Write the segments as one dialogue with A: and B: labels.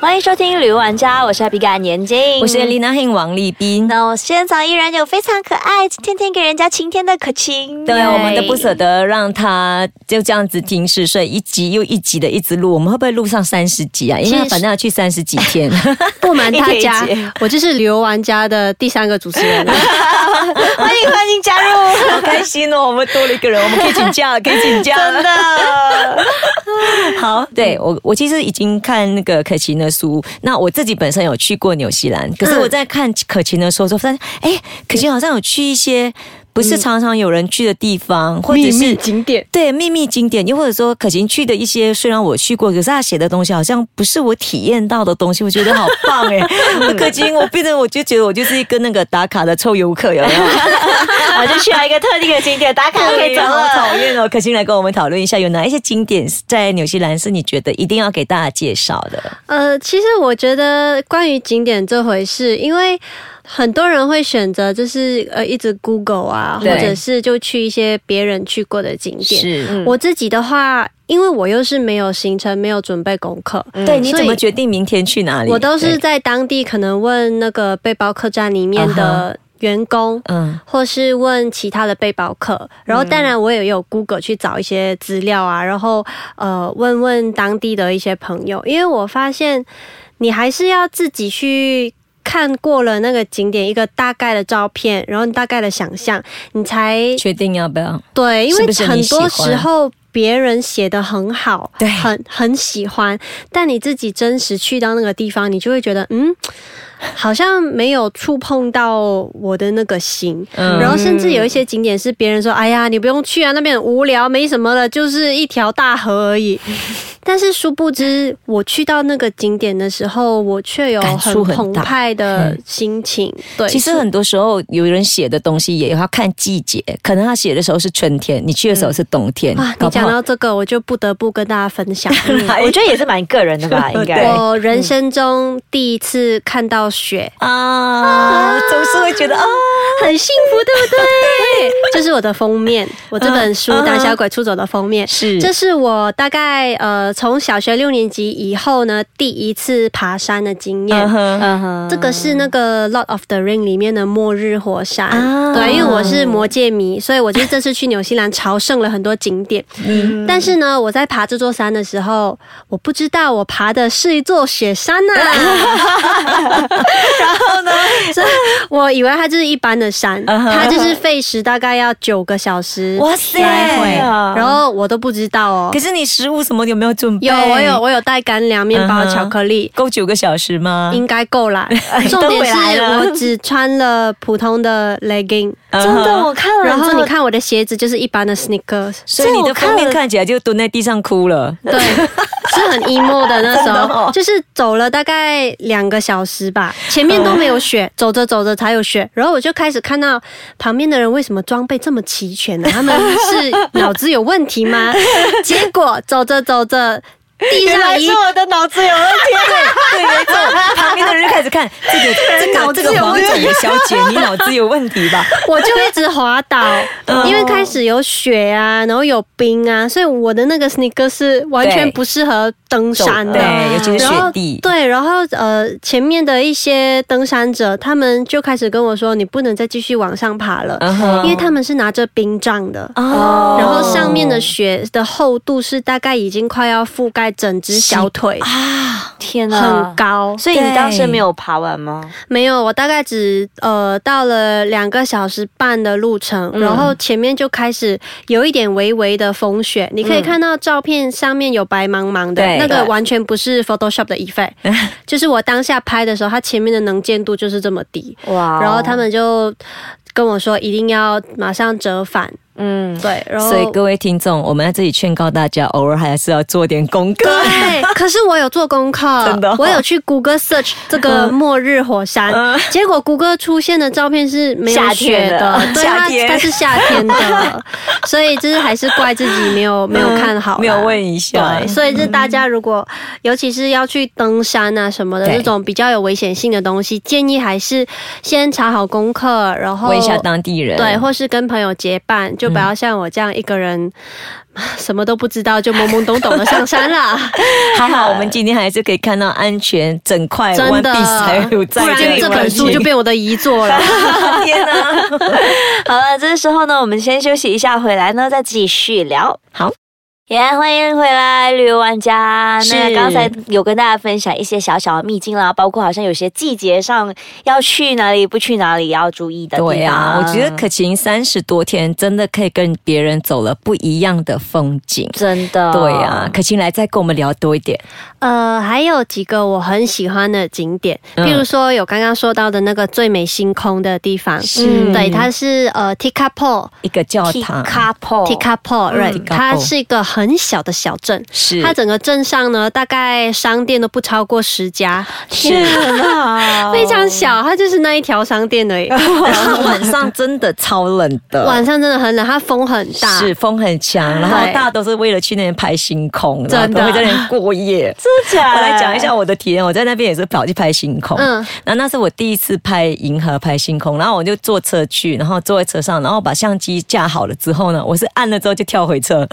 A: 欢迎收听《旅游玩家》，我是阿比嘎年金，
B: 我是 Lina Hin 王立斌。
A: 那我哦现场依然有非常可爱、天天给人家晴天的可晴。
B: 对，我们都不舍得让他就这样子停止，所以一集又一集的一直录。我们会不会录上三十集啊？因为
C: 其
B: 他
C: 实
B: 反正要去三十几天。
C: 不瞒大
D: 一
C: 家
D: 天一节，
C: 我就是旅游玩家的第三个主持人了。
A: 欢迎欢迎加入，
B: 好开心哦！我们多了一个人，我们可以请假 了，可以请假
A: 真
B: 了。
A: 的。
B: 好，对我我其实已经看那个可晴的书，那我自己本身有去过纽西兰，可是我在看可晴的时候，就发现，哎，可晴好像有去一些不是常常有人去的地方，或者
C: 嗯秘密
B: 是。
C: 景点，
B: 对秘密景点，又或者说可晴去的一些，虽然我去过，可是他写的东西好像不是我体验到的东西，我觉得好棒 哎！可晴，我变得我就觉得我就是一个那个打卡的臭游客，有没有？
A: 我就去了一个特定的景点打卡可以
B: 对，
A: 走
B: 好讨
A: 了。
B: 厌哦！可心来跟我们讨论一下，有哪一些景点是在纽西兰是你觉得一定要给大家介绍的？
C: 呃，其实我觉得关于景点这回事，因为很多人会选择就是呃一直 Google 啊，或
B: 对
C: 者是就去一些别人去过的景点。
B: 是，
C: 我自己的话，因为我又是没有行程，没有准备功课，
B: 对，你
C: 嗯所以
B: 怎么决定明天去哪里？
C: 我都是
B: 嗯对，
C: 在当地可能问那个背包客栈里面的员工。
B: 嗯，
C: 或是问其他的背包客，然后当然我也有 Google 去找一些资料啊，然后呃问问当地的一些朋友，因为我发现你还是要自己去。看过了那个景点一个大概的照片，然后你大概的想象，你才
B: 决定要不要？
C: 对，因
B: 是
C: 为
B: 不是
C: 很
B: 你喜
C: 多
B: 欢
C: 时候别人写的很好，
B: 对
C: 很很喜欢，但你自己真实去到那个地方，你就会觉得，嗯，好像没有触碰到我的那个心。
B: 嗯
C: 然后甚至有一些景点是别人说，哎呀，你不用去啊，那边很无聊，没什么了，就是一条大河而已。但是殊不知，我去到那个景点的时候，我却有
B: 感
C: 很
B: 触很
C: 澎
B: 大
C: 湃的
B: 嗯
C: 心情。对，
B: 其实很多时候有人写的东西也要看季节，可能他写的时候是春天，你去的时候是冬天，
C: 啊，
B: 搞不
C: 你讲
B: 好
C: 到这个，我就不得不跟大家分享。
A: 我觉得也是蛮个人的 吧，应该。
C: 我人生中第一次看到雪，
B: 啊，总是会觉得啊，
C: 嗯很幸福，对不对？ 这是我的封面，我这本书
B: 嗯嗯
C: 《胆小鬼出走》的封面。
B: 是
C: 这是我大概呃从小学六年级以后呢第一次爬山的经验。
B: 嗯哼，
A: 嗯哼
C: 这个是那个《Lord of the Ring》里面的末日火山，
B: 啊
C: 对，因为我是魔界迷，所以我就是这次去纽西兰朝圣了很多景点。
B: 嗯，
C: 但是呢，我在爬这座山的时候，我不知道我爬的是一座雪山呐、
B: 嗯
C: 然后呢，这我以为它就是一般的山，
B: 嗯哼
C: 它就是费时大概要九个小时
B: 哇塞哦
C: 来回，
A: 啊
C: 然后我都不知道哦
B: 可。是你食物什么有没有准备？
C: 有我有我有带干粮、面包、
B: 嗯哼
C: 巧克力。
B: 够九个小时吗？
C: 应该够啦。重点
A: 都回来
C: 是
A: 了
C: 我只穿了普通的 legging，
B: 嗯
A: 真的，
C: 哦
A: 我看了，
C: 然后
A: 真
C: 你
A: 的
C: 看我的鞋子就是一般的 sneakers。
B: 所以你的
A: 这我看
B: 封面
A: 了
B: 看起来就蹲在地上哭了。
C: 对，是很 emo 的那时候，就是走了大概两个小时吧，前面都没有雪，走着走着才有雪，然后我就开始看到旁边的人为什么装备这么齐全啊呢、他们是脑子有问题吗？结果走着走着，地
A: 原来
C: 上
A: 是
C: 一
A: 我的脑子有问题。
B: 对，没错，旁边的人就开始看这个这
C: 脑
B: 个
C: 子
B: 这
C: 有
B: 个黄
C: 问
B: 姐小姐，你脑子有问题吧？
C: 我就一直滑倒，
B: 嗯
C: 因为开始有雪啊，然后有冰啊，所以我的那个 sneaker 是完全
B: 对
C: 不适合登山的。
B: 对，尤其是
C: 然后
B: 雪地。
C: 对，然后呃，前面的一些登山者，他们就开始跟我说，你不能再继续往上爬了，
B: 嗯哼
C: 因为他们是拿着冰杖的。
B: 哦
C: 然后上面的雪的厚度是大概已经快要覆盖整只小腿，
B: 啊，
A: 天
C: 很高。
A: 所以你当时
B: 对
A: 没有爬完吗？
C: 没有，我大概只呃到了两个小时半的路程，然后前面就开始有一点微微的风雪，你可以看到照片上面有白茫茫的，
B: 对
C: 那个
A: 对
C: 完全不是 Photoshop 的 effect，就是我当下拍的时候，它前面的能见度就是这么低，
A: 哇哦
C: 然后他们就跟我说一定要马上折返，
A: 嗯，
C: 对，然后
B: 所以各位听众，我们在这里劝告大家，偶尔还是要做点功课。
C: 对， 可是我有做功课，
B: 真的哦嗯
C: 我有去谷歌 search 这个末日火山，结果谷歌出现的照片是没有
A: 夏
C: 雪
A: 天的
C: 的，对，
B: 夏
C: 它
B: 天
C: 它是夏天的， 所以就是还是怪自己没有没有看好啦，
B: 没有嗯问一下
C: 对，。所以就是大家如果，尤其是要去登山啊什么的
B: 对
C: 这种比较有危险性的东西，建议还是先查好功课，然后
B: 问一下当地人，嗯
C: 对，或是跟朋友结伴，就不要像我这样一个人、什么都不知道，就懵懵懂懂的上山了。
B: 还好我们今天还是可以看到安全整块
C: 真
B: 哎 One
C: 的
B: Piece 还有，在
C: 不然
B: 里
C: 这本书就变我的遗作 了。
B: 天哪！
A: 好了，这时候呢，我们先休息一下，回来呢再继续聊。
B: 好，
A: 也、欢迎回来，旅游玩家。那
B: 是
A: 刚才有跟大家分享一些小小的秘境啦，包括好像有些季节上要去哪里、不去哪里要注意的地方。
B: 对啊，我觉得可晴三十多天真的可以跟别人走了不一样的风景。
A: 真的
B: 对啊，，可晴来再跟我们聊多一点。
C: 呃，还有几个我很喜欢的景点，
B: 嗯
C: 譬如说有刚刚说到的那个最美星空的地方，
A: 是
C: 对，它是呃 Tikapo
B: 一个教
A: t i
B: 堂
A: k a p o
C: Tikapo，right，、
B: Tekapo
C: 它是一个很小的小镇。
B: 嗯是
C: 它整个镇上呢，大概商店都不超过十家，
A: 天 哪，
C: 非常
B: 哦
C: 小，它就是那一条商店 而已。
B: 它晚上真的超冷的，
C: 晚上真的很冷，它风很大，
B: 是风很强，然后大家都是为了去那边拍星空，然后
C: 真的
B: 都会在那边过 夜。
A: 真假？
B: 我来讲一下我的体验，我在那边也是跑去拍星空，
C: 嗯
B: 嗯，然后那是我第一次拍银河拍星空，然后我就坐车去，然后坐在车上，然后把相机架好了之后呢，我是按了之后就跳回 车，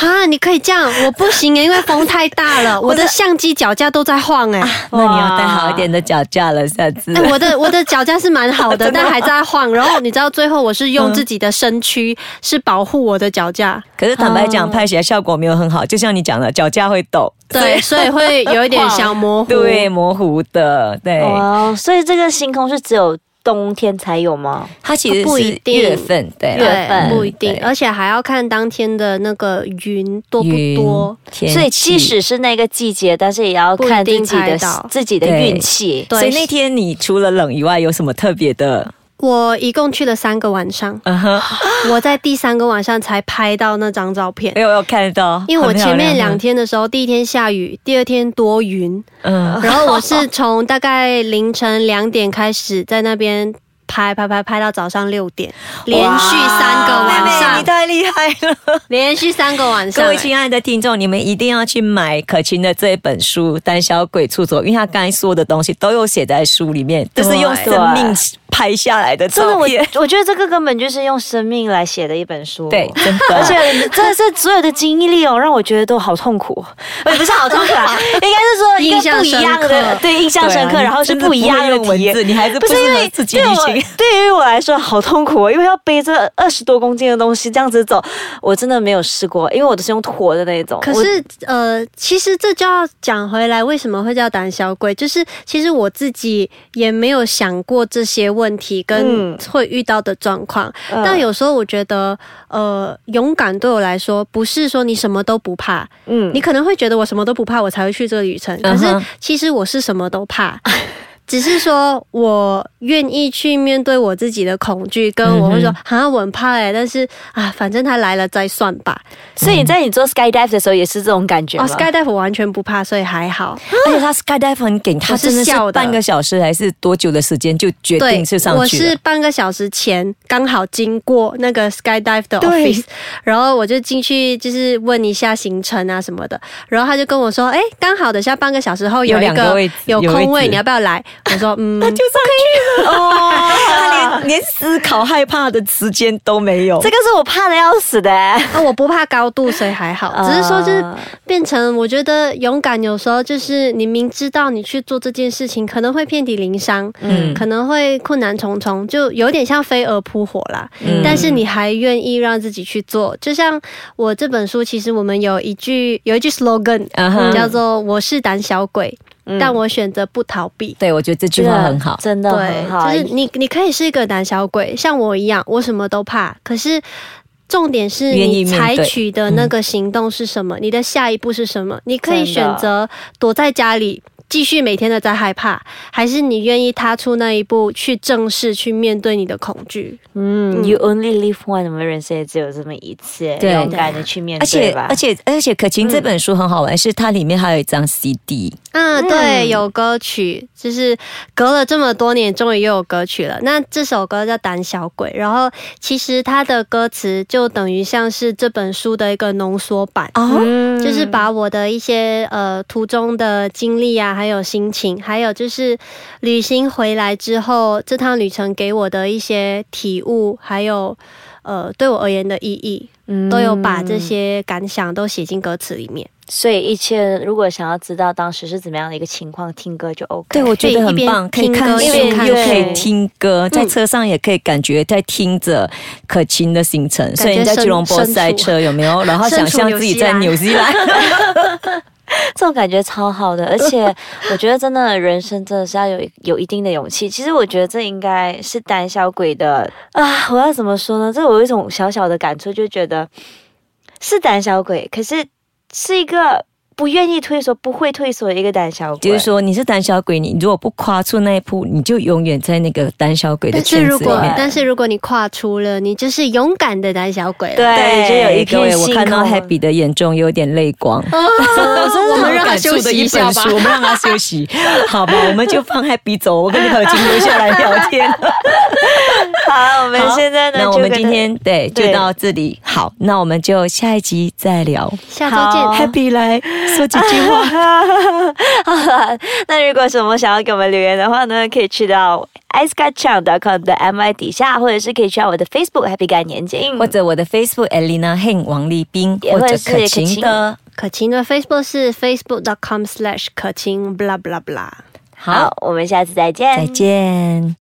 C: 啊，你可以这样，我不行耶，欸因为风太 大了，我的相机脚架都在晃哎、
B: 那你要带好一点的脚架了，下次。
C: 哎，我的我的脚架是 蛮好的，但还在晃。然后你知道，最后我是用自己的身躯是保护我的脚架，
B: 可是坦白讲，拍起来效果没有很好，就像你讲的，脚架会抖，
C: 嗯对，所以会有一点小模糊。
B: 对，模糊的，对。
A: 哇，所以这个星空是只有冬天才有吗？
B: 它其实
C: 不一
B: 是
C: 定
B: 月份， 对啦，
A: 月份
C: 对，不一定
B: 对，
C: 而且还要看当天的那个云多不
B: 云
C: 多。，
B: 天
A: 所以
B: 气
A: 即使是那个季节，但是也要看自己
C: 不一定拍
A: 的
C: 到
A: 自己的
B: 对
A: 运气。
C: 对
B: 所以那天你除了冷以外，有什么特别的？
C: 我一共去了三个 晚上，
A: 啊
B: 嗯哼，
C: 我在第三个晚上才拍到那张照片
B: 哎。呦，我有看到，
C: 因为我
B: 很漂
C: 前面
B: 亮啊
C: 两，天的时候，第一天下雨，第二天多云，
B: 嗯，
C: 然后我是从大概凌晨两点开始在那边拍拍拍拍到早上六点，连续三个
B: 妹
C: 晚
B: 妹你
C: 上，
B: 太厉害了！
C: 连续三个晚上、
B: 各位
C: 哎
B: 亲爱的听众，你们一定要去买可晴的这一本书《胆小鬼出走》，因为他刚才说的东西都有写在书里面，就是用
A: 对
B: 生命拍下来的
A: 真的，
B: 照
A: 我
B: 片。
A: 我觉得这个根本就是用生命来写的一本书。
B: 对，真的，
A: 而且真的是所有的经历哦，让我觉得都好痛苦， 也不是好痛苦啊，应该是说一
C: 印
A: 个
C: 象
A: 不一
C: 深
A: 样
C: 刻
A: 的，对，印象深刻，
B: 对啊
A: 然后是
B: 真的
A: 不一样的
B: 不会用
A: 体验
B: 文字你还是
A: 不是
B: 不适
A: 因
B: 合
A: 为
B: 自己
A: 对
B: 旅
A: 我啊
B: 行
A: 对于我来说好痛苦哦，因为要背着二十多公斤的东西这样子走，我真的没有试过，因为我都是用驮的那种。
C: 可
A: 我
C: 是，呃，其实这就要讲回来，为什么会叫胆小鬼？就是其实我自己也没有想过这些问题跟
A: 嗯
C: 会遇到的状况。
A: 嗯
C: 但有时候我觉得，呃，勇敢对我来说，不是说你什么都不怕，
A: 嗯
C: 你可能会觉得我什么都不怕，我才会去这个旅程。可
B: 嗯
C: 是
B: 哼
C: 其实我是什么都怕， 只是说我愿意去面对我自己的恐惧，跟我会说
B: 嗯
C: 好像、我很怕哎、但是啊，反正他来了再算吧。
A: 所以你在你做 skydive 的时候也是这种感觉
B: 啊
A: 吗
C: 哦，skydive 我完全不怕，所以还好。
B: 而且他 skydive 很给，他真的
C: 我是笑的
B: 是半个小时还是多久的时间就决
C: 对
B: 定是，上
C: 我
B: 去
C: 是
B: 了。
C: 半个小时前刚好经过那个 skydive 的
A: 对
C: office，然 后我就进去就是问一下行程啊什么的，然后他就跟我说，哎，刚好等下半个小时后一
B: 有两个位置
C: 有
B: 有位
C: 空位，
B: 置
C: 你要不要来？我说，嗯，
A: 哦，
B: 他连 连思考害怕的时间都没有，
A: 这个是我怕的要死的。呃
C: 啊，我不怕高度，所以还好。
B: 呃
C: 只是说，就是变成我觉得勇敢，有时候就是你明知道你去做这件事情可能会遍体鳞伤，嗯，
B: 嗯
C: 可能会困难重重，就有点像飞蛾扑火啦。
B: 嗯
C: 但是你还愿意让自己去做，就像我这本书，其实我们有一句有一句 slogan、
B: 嗯哼
C: 叫做“我是胆小鬼，
A: 嗯
C: 但我选择不逃避”。
B: 对我觉得这句话很好。
A: 真的
C: 对
A: 很，好。
C: 就是你，你可以是一个胆小鬼，像我一样，我什么都怕。可是重点是
B: 愿
C: 你
B: 意面对
C: 采取的那个行动是什么，你的下一步是什么？你可以
A: 嗯真的
C: 选择躲在家里。继续每天的在害怕，还是你愿意踏出那一步去正视、去面对你的恐惧？
A: 嗯，You only live one，我们人生也只有这么一次，
B: 对啊
A: 勇敢的去面
B: 而且
A: 对吧。
B: 而且而且，可晴这本书很好玩，是它里面还有一张 CD，
C: 嗯，
A: 嗯
C: 对，有歌曲，就是隔了这么多年，终于又有歌曲了。那这首歌叫《胆小鬼》，然后其实它的歌词就等于像是这本书的一个浓缩版。
B: 哦，
A: 嗯
C: 就是把我的一些呃途中的经历啊，还有心情，还有就是旅行回来之后，这趟旅程给我的一些体悟，还有呃对我而言的意义，都有把这些感想都写进歌词里面。
A: 嗯所以一千如果想要知道当时是怎么样的一个情况，听歌就 OK。
B: 对，我觉得很棒，可
C: 可
B: 以
C: 以一边
B: 看书
C: 听
B: 嗯
C: 歌
A: 一边，看
B: 又可以
A: 对
B: 听歌，在车上也可以感觉在听着可晴的行程。所以你在
C: 身
B: 吉隆坡
C: 身处
B: 塞车有没 有？然后想象自己在纽西兰，
A: 这种感觉超好的，而且我觉得真的人生真的是要有有一定的勇气。其实我觉得这应该是胆小鬼的啊，我要怎么说呢？这我有一种小小的感触，就觉得是胆小鬼，可是是一个不愿意退缩、不会退缩的一个胆小鬼。
B: 就是说你是胆小鬼，你如果不跨出那一步，你就永远在那个胆小鬼的
C: 但是
B: 圈
C: 如
B: 子里
C: 果
B: 面。
C: 但是如果你跨出了，你就是勇敢的胆小鬼了。
A: 对，就有一
B: 各
A: 片
B: 位，我
A: 星
B: 看到
A: 空
B: Happy 的眼中有点泪 光。
C: 我们让他
B: 感触
C: 休息
B: 的一
C: 一
B: 本
C: 下
B: 书
C: 吧，
B: 我。们让他休息， 好吧？我们就放 Happy 走，我跟何晴留下来聊 天。
A: 好，我们
B: 好
A: 现在呢，
B: 那我
A: 就
B: 们
A: 跟
B: 今天对
A: 对
B: 就到这里，好，那我们就下一集再聊。
C: 下周
A: 好
C: 见。
B: Happy 来说几句话，
A: 好了， 那如果什么想要给我们留言的话呢，可以去到 i c e g a c h a n g c o m 的 my 底下，或者是可以去到我的 Facebook Happy 干年金，
B: 或者我的 Facebook Elena Heng 王立斌，
A: 也
B: 或者
A: 是可
B: 可
A: 晴
B: 晴的。
C: 可晴的 Facebook 是 facebook.com/slash 可晴 blah blah blah。
A: 好，我们下次再见，
B: 再见。